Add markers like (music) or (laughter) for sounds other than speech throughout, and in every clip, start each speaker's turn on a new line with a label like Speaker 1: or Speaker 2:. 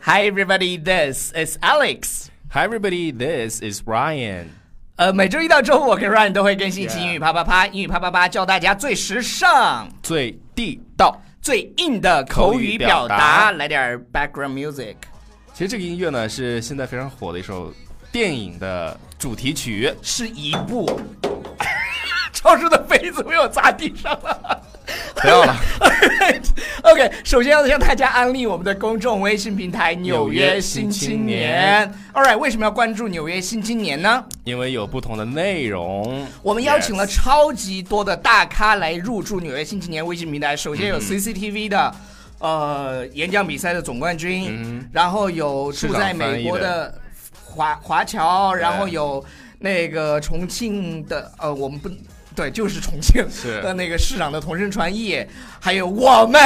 Speaker 1: Hi everybody, this is Alex.
Speaker 2: Hi, everybody. This is Ryan.
Speaker 1: 呃，每周一到周五，我跟 Ryan 都会更新一期英语啪啪啪，英语啪啪啪教大家最时尚、
Speaker 2: 最地道。
Speaker 1: 最硬的口语表
Speaker 2: 口语表达
Speaker 1: 来点儿 background music。
Speaker 2: 其实这个音乐呢，是现在非常火的一首电影的主题曲。
Speaker 1: 是一部。 (laughs) 超市的杯子被我砸地上了。
Speaker 2: 不要了，
Speaker 1: (laughs) OK，首先要向大家安利我们的公众微信平台《纽
Speaker 2: 纽
Speaker 1: 约
Speaker 2: 约
Speaker 1: 新
Speaker 2: 新
Speaker 1: 青
Speaker 2: 青
Speaker 1: 年
Speaker 2: 年》。
Speaker 1: All right，为什么要关注《纽约新青年》呢？
Speaker 2: 因为有不同的内容。
Speaker 1: 我们邀请了
Speaker 2: Yes
Speaker 1: 超级多的大咖来入驻《纽约新青年》微信平台。首
Speaker 2: 嗯
Speaker 1: 先有 CCTV 的。呃，演讲比赛的总冠军，
Speaker 2: 嗯
Speaker 1: 然后有住在美国的华华侨，然后有那个重庆的，呃，我们不对，就是重庆
Speaker 2: 是
Speaker 1: 的那个市长的同声传译，还有我们，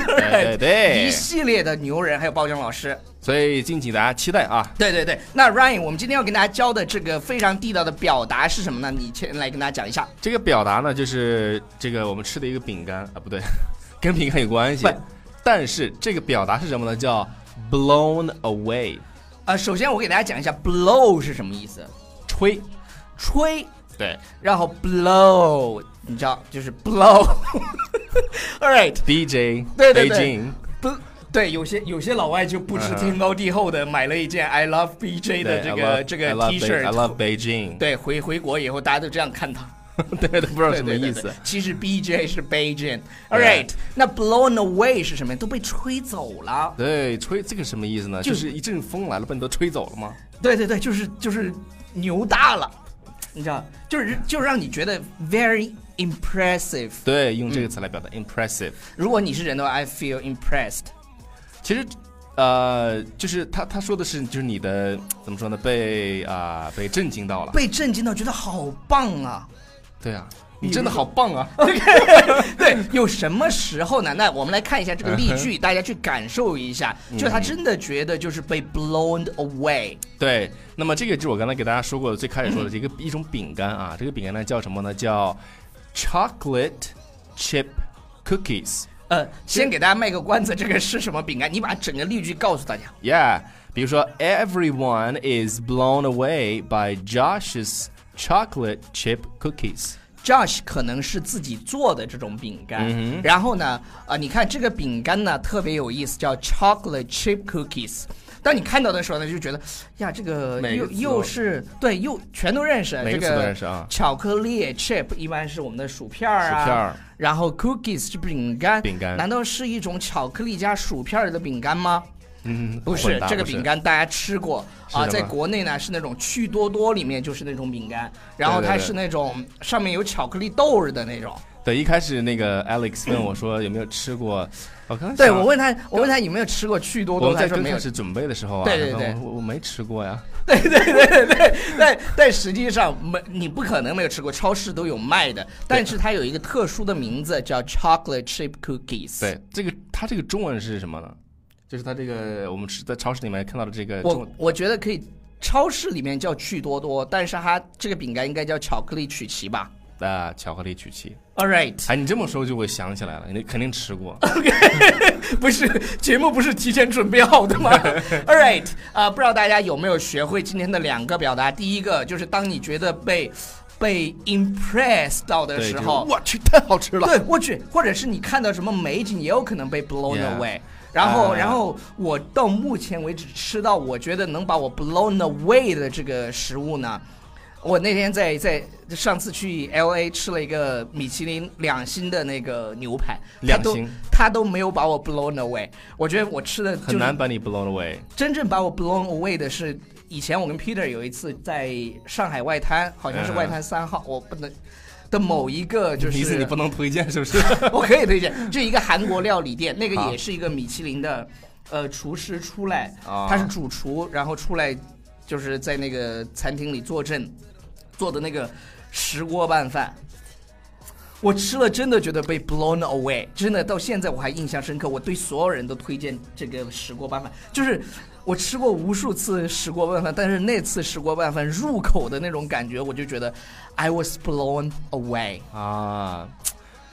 Speaker 2: 对对对
Speaker 1: (laughs) 一系列的牛人，还有包江老师，
Speaker 2: 所以敬请大家期待啊！
Speaker 1: 对对对。那 Ryan，我们今天要跟大家教的这个非常地道的表达是什么呢？你先来跟大家讲一下。
Speaker 2: 这个表达呢，就是这个我们吃的一个饼干啊，不对， (laughs) 跟饼干有关系
Speaker 1: 不。
Speaker 2: 但是这个表达是什么呢？叫 blown away，
Speaker 1: 呃，首先我给大家讲一下 blow 是什么意思，
Speaker 2: 吹。
Speaker 1: 吹，
Speaker 2: 对
Speaker 1: 然后 blow，你知道就是 blow。All right，
Speaker 2: ，DJ
Speaker 1: 对对对
Speaker 2: 北京
Speaker 1: 不，对，有些有些老外就不知
Speaker 2: 嗯哼
Speaker 1: 天高地厚的买了一件 I love BJ 的这个这个 T
Speaker 2: I
Speaker 1: 恤，
Speaker 2: love Beijing，
Speaker 1: 对，回回国以后大家都这样看他，
Speaker 2: 对对，不知
Speaker 1: (laughs)
Speaker 2: 道
Speaker 1: 对
Speaker 2: 什么
Speaker 1: 对对
Speaker 2: 意
Speaker 1: 对
Speaker 2: 思。
Speaker 1: 其实 BJ 是 Beijing。All
Speaker 2: 对
Speaker 1: right，那 blown away 是什么呀？都被吹走了。
Speaker 2: 对，吹这个什么意思呢？
Speaker 1: 就
Speaker 2: 就是嗯是一阵风来了，把你都吹走了吗？
Speaker 1: 对对对，就是就是牛大了，你知道，就是就让你觉得 very impressive。
Speaker 2: 对，用这个词来表达 impressive。
Speaker 1: 如果你是人的话，I feel impressed。
Speaker 2: 其实，呃，就是他他说的是，就是你的怎么说呢？被啊、被震惊到了。
Speaker 1: 被震惊到，觉得好棒 (laughs) 啊！
Speaker 2: 对啊，你真的好棒啊！
Speaker 1: 对，有什么时候呢？那我们来看一下这个例句，大家去感受一下，就他真的觉得就是被 blown away。
Speaker 2: 对，那么这个就是我刚才给大家说过的，最开始说的这个一种饼干啊，这个饼干呢叫什么呢？叫 chocolate chip cookies。
Speaker 1: 呃，先给大家卖个关子，这个是什么饼干？你把整个例句告诉大家。
Speaker 2: Yeah，比如说，Everyone is blown away by Josh's chocolate chip cookies。
Speaker 1: Josh 可能是自己做的这种饼干，
Speaker 2: 嗯
Speaker 1: 然后呢，啊、你看这个饼干呢特别有意思，叫 chocolate chip cookies。当你看到的时候呢，就觉得呀，这个
Speaker 2: 每
Speaker 1: 又
Speaker 2: 个字都
Speaker 1: 又是对，又全都认识，呃
Speaker 2: 每个
Speaker 1: 这
Speaker 2: 词都认识啊
Speaker 1: 巧克力 chip 一般是我们的薯片儿啊，
Speaker 2: 薯片儿
Speaker 1: 然后 cookies 是饼干，
Speaker 2: 饼干
Speaker 1: 难道是一种巧克力加薯片儿的饼干吗？
Speaker 2: 嗯，
Speaker 1: 不
Speaker 2: 混
Speaker 1: 是
Speaker 2: 搭
Speaker 1: 这个
Speaker 2: 不是
Speaker 1: 饼干，大家吃过啊，
Speaker 2: 的吗
Speaker 1: 在国内呢是那种趣多多里面就是那种饼干，然后
Speaker 2: 对对
Speaker 1: 它
Speaker 2: 对
Speaker 1: 是那种上面有巧克力豆儿的那种。
Speaker 2: 对，一开始那个 Alex 问我说有没有吃过，我刚才
Speaker 1: 啊对
Speaker 2: 想
Speaker 1: 我，问他，我问他有没有吃过趣多
Speaker 2: 我
Speaker 1: 多，
Speaker 2: 们
Speaker 1: 他
Speaker 2: 在
Speaker 1: 说
Speaker 2: 刚
Speaker 1: 没有
Speaker 2: 开。始准备的时候啊，
Speaker 1: 对对
Speaker 2: 然后
Speaker 1: 对
Speaker 2: 我我没吃过呀，
Speaker 1: (laughs) 对对对对对，但但实际上没，你不可能没有吃过，超市都有卖的。但是它有一个特殊的名字叫 chocolate chip cookies。，
Speaker 2: 对，这个它这个中文是什么呢？就是它这个我们吃在超市里面看到的这个中
Speaker 1: 我
Speaker 2: 文，
Speaker 1: 我觉得可以，超市里面叫趣多多，但是它这个饼干应该叫巧克力曲奇吧
Speaker 2: 啊巧克力曲奇。
Speaker 1: ？All right。
Speaker 2: 哎，你这么说就我想起来了，你肯定
Speaker 1: (laughs)
Speaker 2: 吃过。
Speaker 1: 不是节目不是提前准备好的
Speaker 2: (laughs)
Speaker 1: 吗？All right，呃，不知道大家有没有学会今天的两个表达？第一个就是当你觉得被被 impressed 到的
Speaker 2: 对，
Speaker 1: 时
Speaker 2: 就是
Speaker 1: 候，
Speaker 2: 我去，太好吃了。
Speaker 1: 对我去，或者是你看到什么美景，也有可能被 blown
Speaker 2: Yeah.
Speaker 1: away。然后，
Speaker 2: 啊
Speaker 1: 然后我到目前为止吃到我觉得能把我 blown away 的这个食物呢，我那天在在上次去 L A 吃了一个米其林两星的那个牛排，它
Speaker 2: 两
Speaker 1: 都
Speaker 2: 星
Speaker 1: 它都没有把我 blown away。我觉得我吃的就
Speaker 2: 很
Speaker 1: 是
Speaker 2: 难把你 blown away。
Speaker 1: 真正把我 blown away 的是，以前我跟 Peter 有一次在上海外滩，好
Speaker 2: 啊
Speaker 1: 像是外滩三号，我不能的某一个就是
Speaker 2: 意思你不能推荐是不是？
Speaker 1: (laughs) 我可以推荐，这一个韩国料理店，那个
Speaker 2: 好
Speaker 1: 也是一个米其林的，呃，厨师出来，
Speaker 2: 啊
Speaker 1: 他是主厨，然后出来就是在那个餐厅里坐镇，做的那个石锅拌饭。我吃了，真的觉得被 blown away，真的到现在我还印象深刻。我对所有人都推荐这个石锅拌饭，就是我吃过无数次石锅拌饭，但是那次石锅拌饭入口的那种感觉，我就觉得 I was blown away。
Speaker 2: 啊，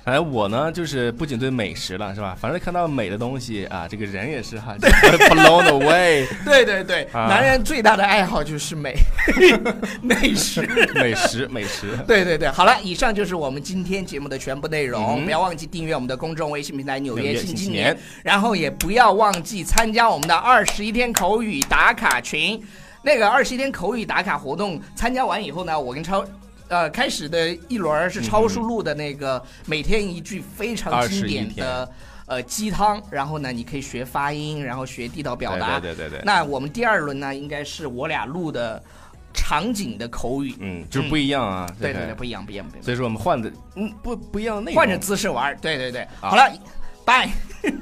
Speaker 2: 哎，我呢就是不仅对美食了是吧，反正看到美的东西啊，这个人也
Speaker 1: (laughs)
Speaker 2: 是哈 blown away
Speaker 1: 对对对，
Speaker 2: 啊
Speaker 1: 男人最大的爱好就是美， (laughs) 美食。
Speaker 2: 美食美食。
Speaker 1: 对对对，好了，以上就是我们今天节目的全部内容。
Speaker 2: 嗯
Speaker 1: 不要忘记订阅我们的公众微信平台《纽
Speaker 2: 纽
Speaker 1: 约
Speaker 2: 约
Speaker 1: 新
Speaker 2: 新
Speaker 1: 青
Speaker 2: 青
Speaker 1: 年》，然后也不要忘记参加我们的二十一天口语打卡群。那个二十一天口语打卡活动参加完以后呢，我跟超。呃，开始的一轮儿是超叔录的那
Speaker 2: 嗯
Speaker 1: 个每天一句非常经典
Speaker 2: 21
Speaker 1: 的
Speaker 2: 天
Speaker 1: 呃鸡汤，然后呢，你可以学发音，然后学地道表达。
Speaker 2: 对对对对对，
Speaker 1: 那我们第二轮呢，应该是我俩录的场景的口语。
Speaker 2: 嗯，就是不一样啊。
Speaker 1: 对
Speaker 2: 这
Speaker 1: 对
Speaker 2: 个
Speaker 1: 对，不一样，不一样，不一样。
Speaker 2: 所以说我们换的，嗯，不不一样的内容。
Speaker 1: 换着姿势玩儿。对对对，好了，拜。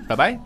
Speaker 2: 拜拜。